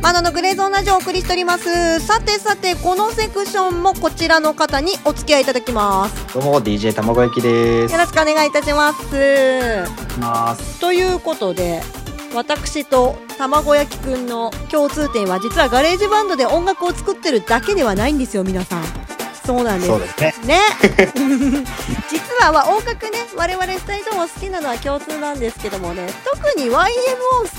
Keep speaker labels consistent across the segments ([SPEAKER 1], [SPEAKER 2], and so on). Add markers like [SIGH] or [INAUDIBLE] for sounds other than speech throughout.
[SPEAKER 1] マナのグレーゾーンラジオをお送りしております。さてさて、このセクションもこちらの方にお付き合いいただきます。
[SPEAKER 2] どうも DJ たまごやきです。
[SPEAKER 1] よろしくお願いいたします。
[SPEAKER 2] ます。
[SPEAKER 1] ということで私と卵焼きくんの共通点は実はガレージバンドで音楽を作ってるだけではないんですよ皆さんそうなんです
[SPEAKER 2] そうですね。
[SPEAKER 1] ね [LAUGHS] 実はは音楽ね我々2人とも好きなのは共通なんですけどもね特に YMO 好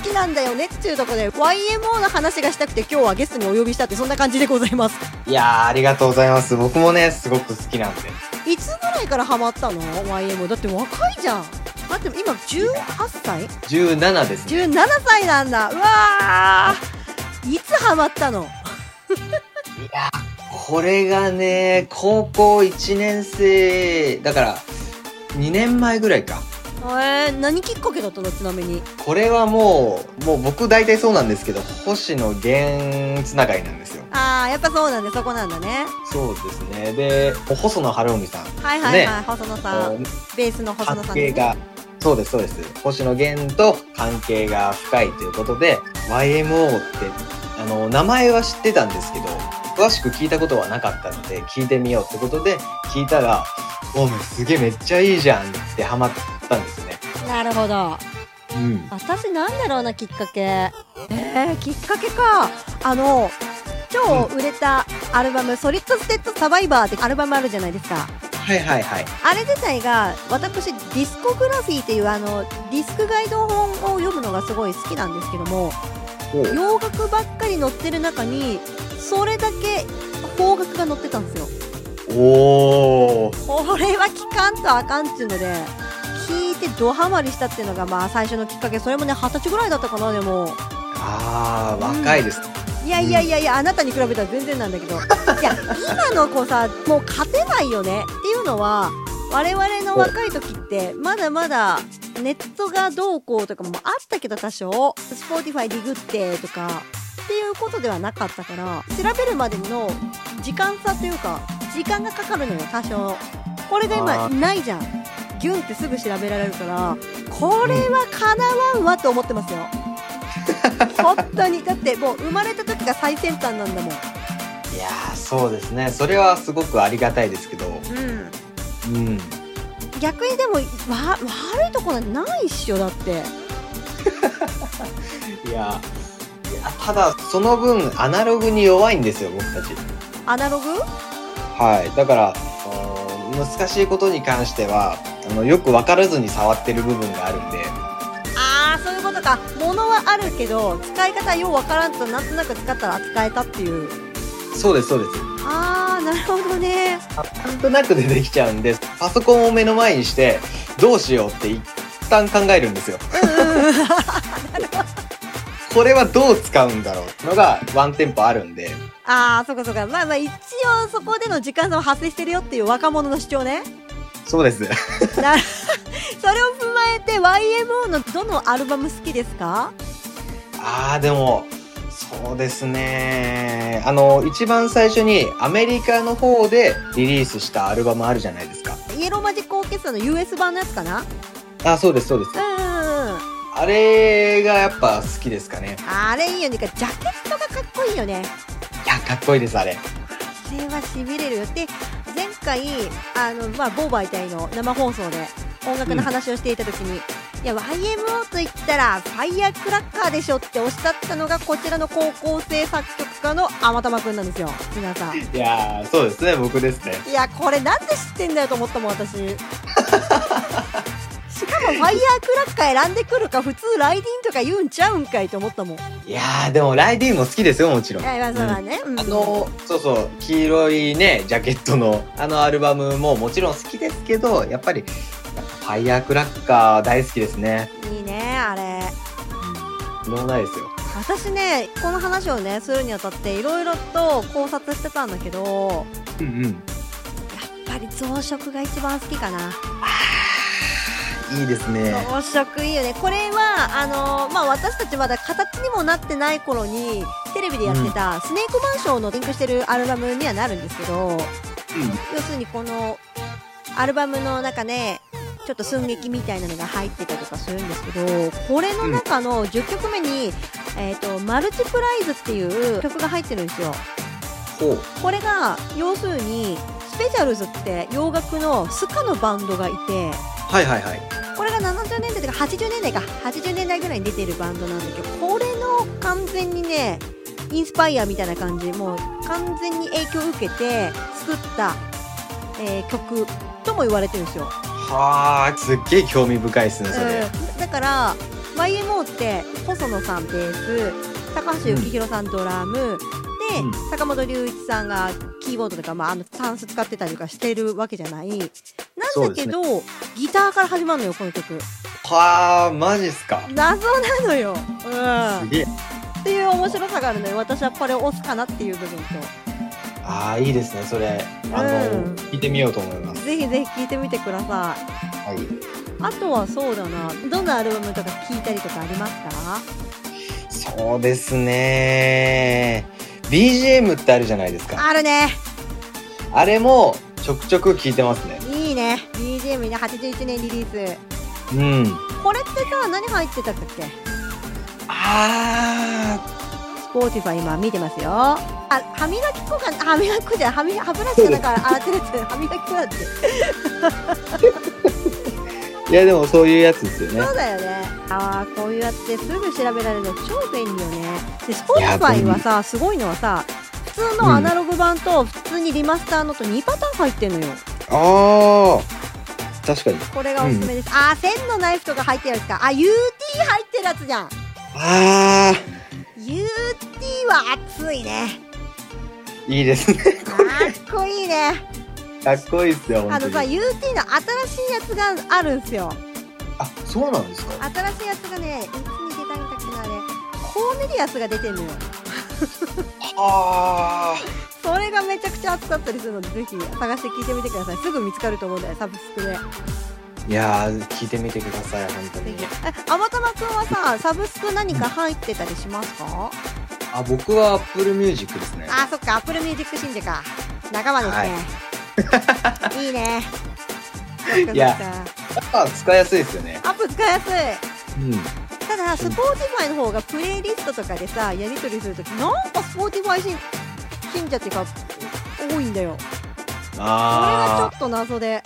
[SPEAKER 1] きなんだよねっていうところで YMO の話がしたくて今日はゲストにお呼びしたってそんな感じでございます
[SPEAKER 2] いやー、ありがとうございます。僕もね、すごく好きなんで。
[SPEAKER 1] いつぐらいからハマったの YMO だって若いじゃん待って今18歳
[SPEAKER 2] 17ですね。
[SPEAKER 1] 17歳なんだうわーいつハマったの
[SPEAKER 2] いやー、これがね、高校1年生、だから、2年前ぐらいか。
[SPEAKER 1] えー、何きっかけだったのちなみに
[SPEAKER 2] これはもう、もう僕大体そうなんですけど、星野源つながりなんですよ。
[SPEAKER 1] ああやっぱそうなんだそこなんだね
[SPEAKER 2] そうですね。で、細野晴臣さん。
[SPEAKER 1] はいはいはい、
[SPEAKER 2] ね
[SPEAKER 1] 細野さん
[SPEAKER 2] こ
[SPEAKER 1] ベースの
[SPEAKER 2] う
[SPEAKER 1] 細野さ
[SPEAKER 2] 関
[SPEAKER 1] んで
[SPEAKER 2] 係
[SPEAKER 1] すね
[SPEAKER 2] が、そうですそうです。星野源と関係が深いということで、YMO って、あの、名前は知ってたんですけど、詳しく聞いたことはなかったので、聞いてみようってことで、聞いたら、おめすげえめっちゃいいじゃんってハマったんですね。
[SPEAKER 1] なるほど
[SPEAKER 2] うん。
[SPEAKER 1] 私なんだろうなきっかけえー、きっかけかあの超売れたアルバム「ソリッド・ステッド・サバイバー」ってアルバムあるじゃないですか
[SPEAKER 2] はいはいはい。
[SPEAKER 1] あれ自体が私ディスコグラフィーっていうあのディスクガイド本を読むのがすごい好きなんですけども洋楽ばっかり載ってる中にそれだけ邦楽が載ってたんですよ
[SPEAKER 2] おー。
[SPEAKER 1] これは聞かんとあかんっていうので聞いてドハマりしたっていうのがまあ最初のきっかけそれもね二十歳ぐらいだったかなでも
[SPEAKER 2] あー、若いです。
[SPEAKER 1] いやいやいやいやあなたに比べたら全然なんだけど [LAUGHS] いや今の子さもう勝てないよねっていうのは我々の若い時ってまだまだネットがどうこうとかもあったけど多少 Spotify ディグってとかっていうことではなかったから調べるまでの時間差というか時間がかかるのよ多少これが今
[SPEAKER 2] あ
[SPEAKER 1] ないじゃんギュンってすぐ調べられるからこれはかなわんわと思ってますよ本当にだってもう生まれた時が最先端なんだもん
[SPEAKER 2] いやー、そうですね。それはすごくありがたいですけど、
[SPEAKER 1] うん
[SPEAKER 2] うん。
[SPEAKER 1] 逆にでもわ悪いところないっしょだって
[SPEAKER 2] いや、いやただその分アナログに弱いんですよ、僕たち。
[SPEAKER 1] アナログ
[SPEAKER 2] はい。だから、うーん難しいことに関しては、あのよく分からずに触ってる部分があるんで、
[SPEAKER 1] ああそういうことか物はあるけど使い方ようわからんとなんとなく使ったら扱えたっていう
[SPEAKER 2] そうです、そうです。
[SPEAKER 1] ああなるほどね
[SPEAKER 2] なんとなくでできちゃうんで、パソコンを目の前にして、どうしようって一旦考えるんですよ。 [LAUGHS] これはどう使うんだろうってのがワンテンポあるんで、
[SPEAKER 1] ああそっかそっかまあまあ一応そこでの時間差を発生してるよっていう若者の主張ね
[SPEAKER 2] そうです。
[SPEAKER 1] [LAUGHS] なそれを踏まえて YMO のどのアルバム好きですか
[SPEAKER 2] ああでもそうですねあの一番最初にアメリカの方でリリースしたアルバムあるじゃないですか
[SPEAKER 1] イエローマジックオーケストラの US 版のやつかなうん
[SPEAKER 2] あそうですそうです
[SPEAKER 1] うんうん
[SPEAKER 2] あれがやっぱ好きですかね
[SPEAKER 1] あれいいよねジャケットがかっこいいよね
[SPEAKER 2] いやかっこいいですあれ
[SPEAKER 1] これはしびれるよで前回あの、まあ、某媒体の生放送で音楽の話をしていた時に、いや YMO と言ったらファイヤークラッカーでしょっておっしゃったのがこちらの高校生作曲家の天玉くんなんですよ皆さん
[SPEAKER 2] いやーそうですね僕ですね
[SPEAKER 1] いやこれなんで知ってんだよと思ったもん私 [LAUGHS] しかもファイヤークラッカー選んでくるか普通ライディーンとか言うんちゃうんかいと思ったもんい
[SPEAKER 2] いやーでもライディーンも好きですよもちろん
[SPEAKER 1] やいやそうだね、うん
[SPEAKER 2] あのそうそう黄色いねジャケットのあのアルバムももちろん好きですけどやっぱりやっぱファイヤークラッカー大好きですね
[SPEAKER 1] いいねあれ
[SPEAKER 2] うんどうもないですよ
[SPEAKER 1] 私ねこの話をねするにあたっていろいろと考察してたんだけど
[SPEAKER 2] うんうん
[SPEAKER 1] やっぱり増殖が一番好きかな、
[SPEAKER 2] いいですね
[SPEAKER 1] 増殖いいよねこれはあのーまあ私たちまだ形にもなってない頃にテレビでやってた「スネークマンション」のリンクしてるアルバムにはなるんですけど
[SPEAKER 2] うん
[SPEAKER 1] 要するにこのアルバムの中ねちょっと寸劇みたいなのが入ってたりとかするんですけどこれの中の10曲目にえっ、と、マルチプライズっていう曲が入ってるんですよ。
[SPEAKER 2] ほう。
[SPEAKER 1] これが、要するに、スペシャルズって洋楽のスカのバンドがいて、
[SPEAKER 2] はいはいはい。
[SPEAKER 1] これが70年代とか80年代か、80年代ぐらいに出てるバンドなんだけど、これの完全にね、インスパイアみたいな感じ、もう完全に影響を受けて作った、えー曲とも言われてるんですよ。
[SPEAKER 2] はあ、すっげえ興味深いですね、それ。
[SPEAKER 1] うん、だから YMO って細野さんベース高橋幸宏さんドラム、で、
[SPEAKER 2] うん
[SPEAKER 1] 坂本龍一さんがキーボードとか、まあ、あのタンス使ってたりとかしてるわけじゃないなんだ
[SPEAKER 2] そう
[SPEAKER 1] け
[SPEAKER 2] です
[SPEAKER 1] ど、ギターから始まるのよこの曲
[SPEAKER 2] はあ、マジっすか。
[SPEAKER 1] 謎なのよ、うん、
[SPEAKER 2] す
[SPEAKER 1] っ
[SPEAKER 2] げえ。
[SPEAKER 1] ていう面白さがあるのよ私はこれを押すかなっていう部分
[SPEAKER 2] ああ、いいですね、それ。あ
[SPEAKER 1] う
[SPEAKER 2] の、
[SPEAKER 1] ん
[SPEAKER 2] 聞いてみようと思いま
[SPEAKER 1] と
[SPEAKER 2] す。
[SPEAKER 1] ぜひぜひ聴いてみてください
[SPEAKER 2] はい。
[SPEAKER 1] あとはそうだなどんなアルバムとか聴いたりとかありますか
[SPEAKER 2] そうですね。BGM ってあるじゃないですか。
[SPEAKER 1] あるね
[SPEAKER 2] あれも、ちょくちょく聞いてますね。
[SPEAKER 1] いいね BGM ね81年リリース
[SPEAKER 2] うん。
[SPEAKER 1] これってさ何入ってたっけ
[SPEAKER 2] あ
[SPEAKER 1] Spotify 今見てますよあ歯磨き粉が歯磨き粉じゃない歯磨歯ブラシかなんか洗ってるやつ歯磨き粉だってそ
[SPEAKER 2] あ。いや、でもそういうやつですよね。
[SPEAKER 1] うだよねああこういうやってすぐ調べられるの超便利よねで
[SPEAKER 2] いや
[SPEAKER 1] Spotify
[SPEAKER 2] 便利
[SPEAKER 1] はさすごいのはさ普通のアナログ版と普通にリマスターのと2パターン入ってんのよ
[SPEAKER 2] ああ。確かに。
[SPEAKER 1] これがおすすめです、ああ線のナイフとか入ってるやつかあ UT 入ってるやつじゃん
[SPEAKER 2] ああ。
[SPEAKER 1] UT は熱いね
[SPEAKER 2] いいですね。 [LAUGHS]
[SPEAKER 1] かっこいいね
[SPEAKER 2] かっこいいっすよ、
[SPEAKER 1] あの
[SPEAKER 2] 本
[SPEAKER 1] さ
[SPEAKER 2] 当に。
[SPEAKER 1] UT の新しいやつがあるんすよ
[SPEAKER 2] あ、そうなんですか。
[SPEAKER 1] 新しいやつがねいつに出たんだっけなあれコーネリアスが出てるのよ
[SPEAKER 2] あ
[SPEAKER 1] それがめちゃくちゃ熱かったりするのでぜひ探して聞いてみてくださいすぐ見つかると思うんだよサブスクで
[SPEAKER 2] あ。いやー、聞いてみてください、本当に。
[SPEAKER 1] あまたまくんはさサブスク何か入ってたりしますか
[SPEAKER 2] あ、僕は Apple Music ですね。
[SPEAKER 1] あそっかアップルミュージック信者か仲間ですね、 [LAUGHS] い、いねそっか
[SPEAKER 2] いや
[SPEAKER 1] そっか
[SPEAKER 2] あ、使いやすいですよね。
[SPEAKER 1] アップ使いやすい
[SPEAKER 2] うん。
[SPEAKER 1] ただ Spotify の方がプレイリストとかでさやり取りするときなんか Spotify 信信者っていうか多いんだよこれが
[SPEAKER 2] あ
[SPEAKER 1] ちょっと謎で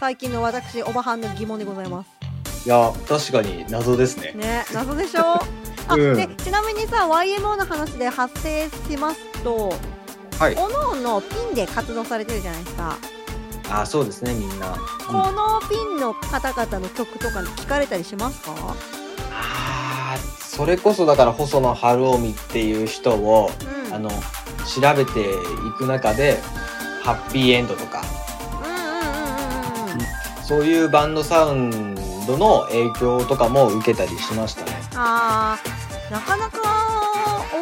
[SPEAKER 1] 最近の私おばはんの疑問でございます
[SPEAKER 2] ー。いや、確かに謎ですね。
[SPEAKER 1] ね謎でしょあ、
[SPEAKER 2] うん
[SPEAKER 1] でちなみにさ YMO の話で発生しますと、
[SPEAKER 2] はい
[SPEAKER 1] おのおのピンで活動されてるじゃないですか、
[SPEAKER 2] あ、そうですね、みんな。うん
[SPEAKER 1] このピンの方々の曲とか聞かれたりしますか
[SPEAKER 2] あーそれこそだから細野晴臣っていう人を、
[SPEAKER 1] うん
[SPEAKER 2] あの、調べていく中で、ハッピーエンドとか、
[SPEAKER 1] うんうんうんうんうん
[SPEAKER 2] そういうバンドサウンドの影響とかも受けたりしましたね。
[SPEAKER 1] あーなかなか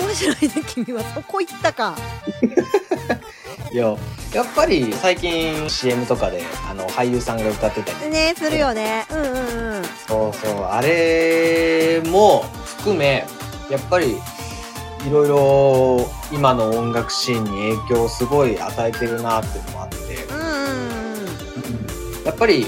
[SPEAKER 1] 面白いね君はそこ行ったか
[SPEAKER 2] いや、やっぱり最近 CM とかで、あの、俳優さんが歌ってたり、
[SPEAKER 1] ねするよねうんうんうん
[SPEAKER 2] そうそう、あれも含め、やっぱり、いろいろ今の音楽シーンに影響をすごい与えてるなっていうのもあって、
[SPEAKER 1] うんうんうん
[SPEAKER 2] やっぱり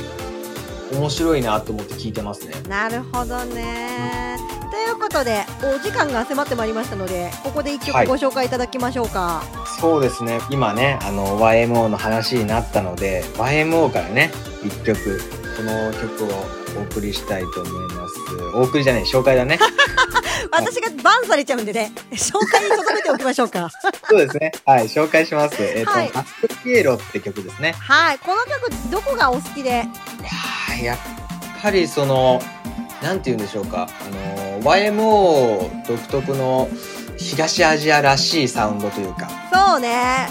[SPEAKER 2] 面白いなと思って聞いてますね。
[SPEAKER 1] なるほどね。ということでお時間が迫ってまいりましたのでここで一
[SPEAKER 2] は
[SPEAKER 1] 曲
[SPEAKER 2] い
[SPEAKER 1] ご紹介いただきましょうか。
[SPEAKER 2] そうですね。今ね、あの YMO の話になったので、YMO からね、一曲、この曲をお送りしたいと思います。お送りじゃない、紹介だ [LAUGHS] ね。
[SPEAKER 1] 私がバンされちゃうんでね紹介に留めておきましょうか。
[SPEAKER 2] そうですね。はい、紹介します。えっ、
[SPEAKER 1] はい
[SPEAKER 2] と、アップピエロって曲ですね。
[SPEAKER 1] はいこの曲どこがお好きで？
[SPEAKER 2] いやーやっぱりその、なんて言うんでしょうか。あの、YMO 独特の東アジアらしいサウンドというか、
[SPEAKER 1] そうね。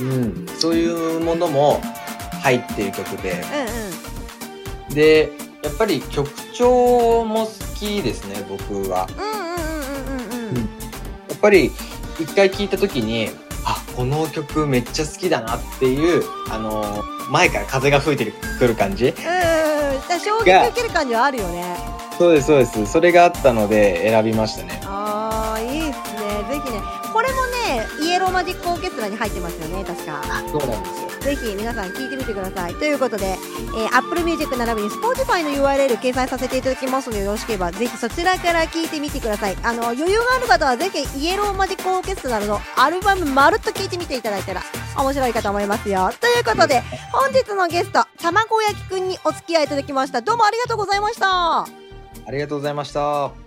[SPEAKER 2] うん、そういうものも入っている曲で、
[SPEAKER 1] うんうん。
[SPEAKER 2] で、やっぱり曲調も好きですね、僕は。
[SPEAKER 1] うんうんうんうんうんうん。
[SPEAKER 2] やっぱり一回聴いた時に、あ、この曲めっちゃ好きだなっていう、あの、前から風が吹いてくる感じ
[SPEAKER 1] うんうんうん。だから衝撃受ける感じはあるよね。
[SPEAKER 2] そうです、そうです。それがあったので選びましたね。
[SPEAKER 1] ああいいっすね。ぜひねこれもねイエローマジックオーケストラに入ってますよね確か。
[SPEAKER 2] そうなんですよ。
[SPEAKER 1] ぜひ皆さん聞いてみてください。ということで、えー、Apple Music 並びに Spotify の URL 掲載させていただきますので、よろしければぜひそちらから聞いてみてください。あの、余裕がある方はぜひイエローマジックオーケストラのアルバムまるっと聞いてみていただいたら面白いかと思いますよ。ということで、本日のゲスト、卵焼きくんにお付き合いいただきました。どうもありがとうございました。
[SPEAKER 2] ありがとうございました。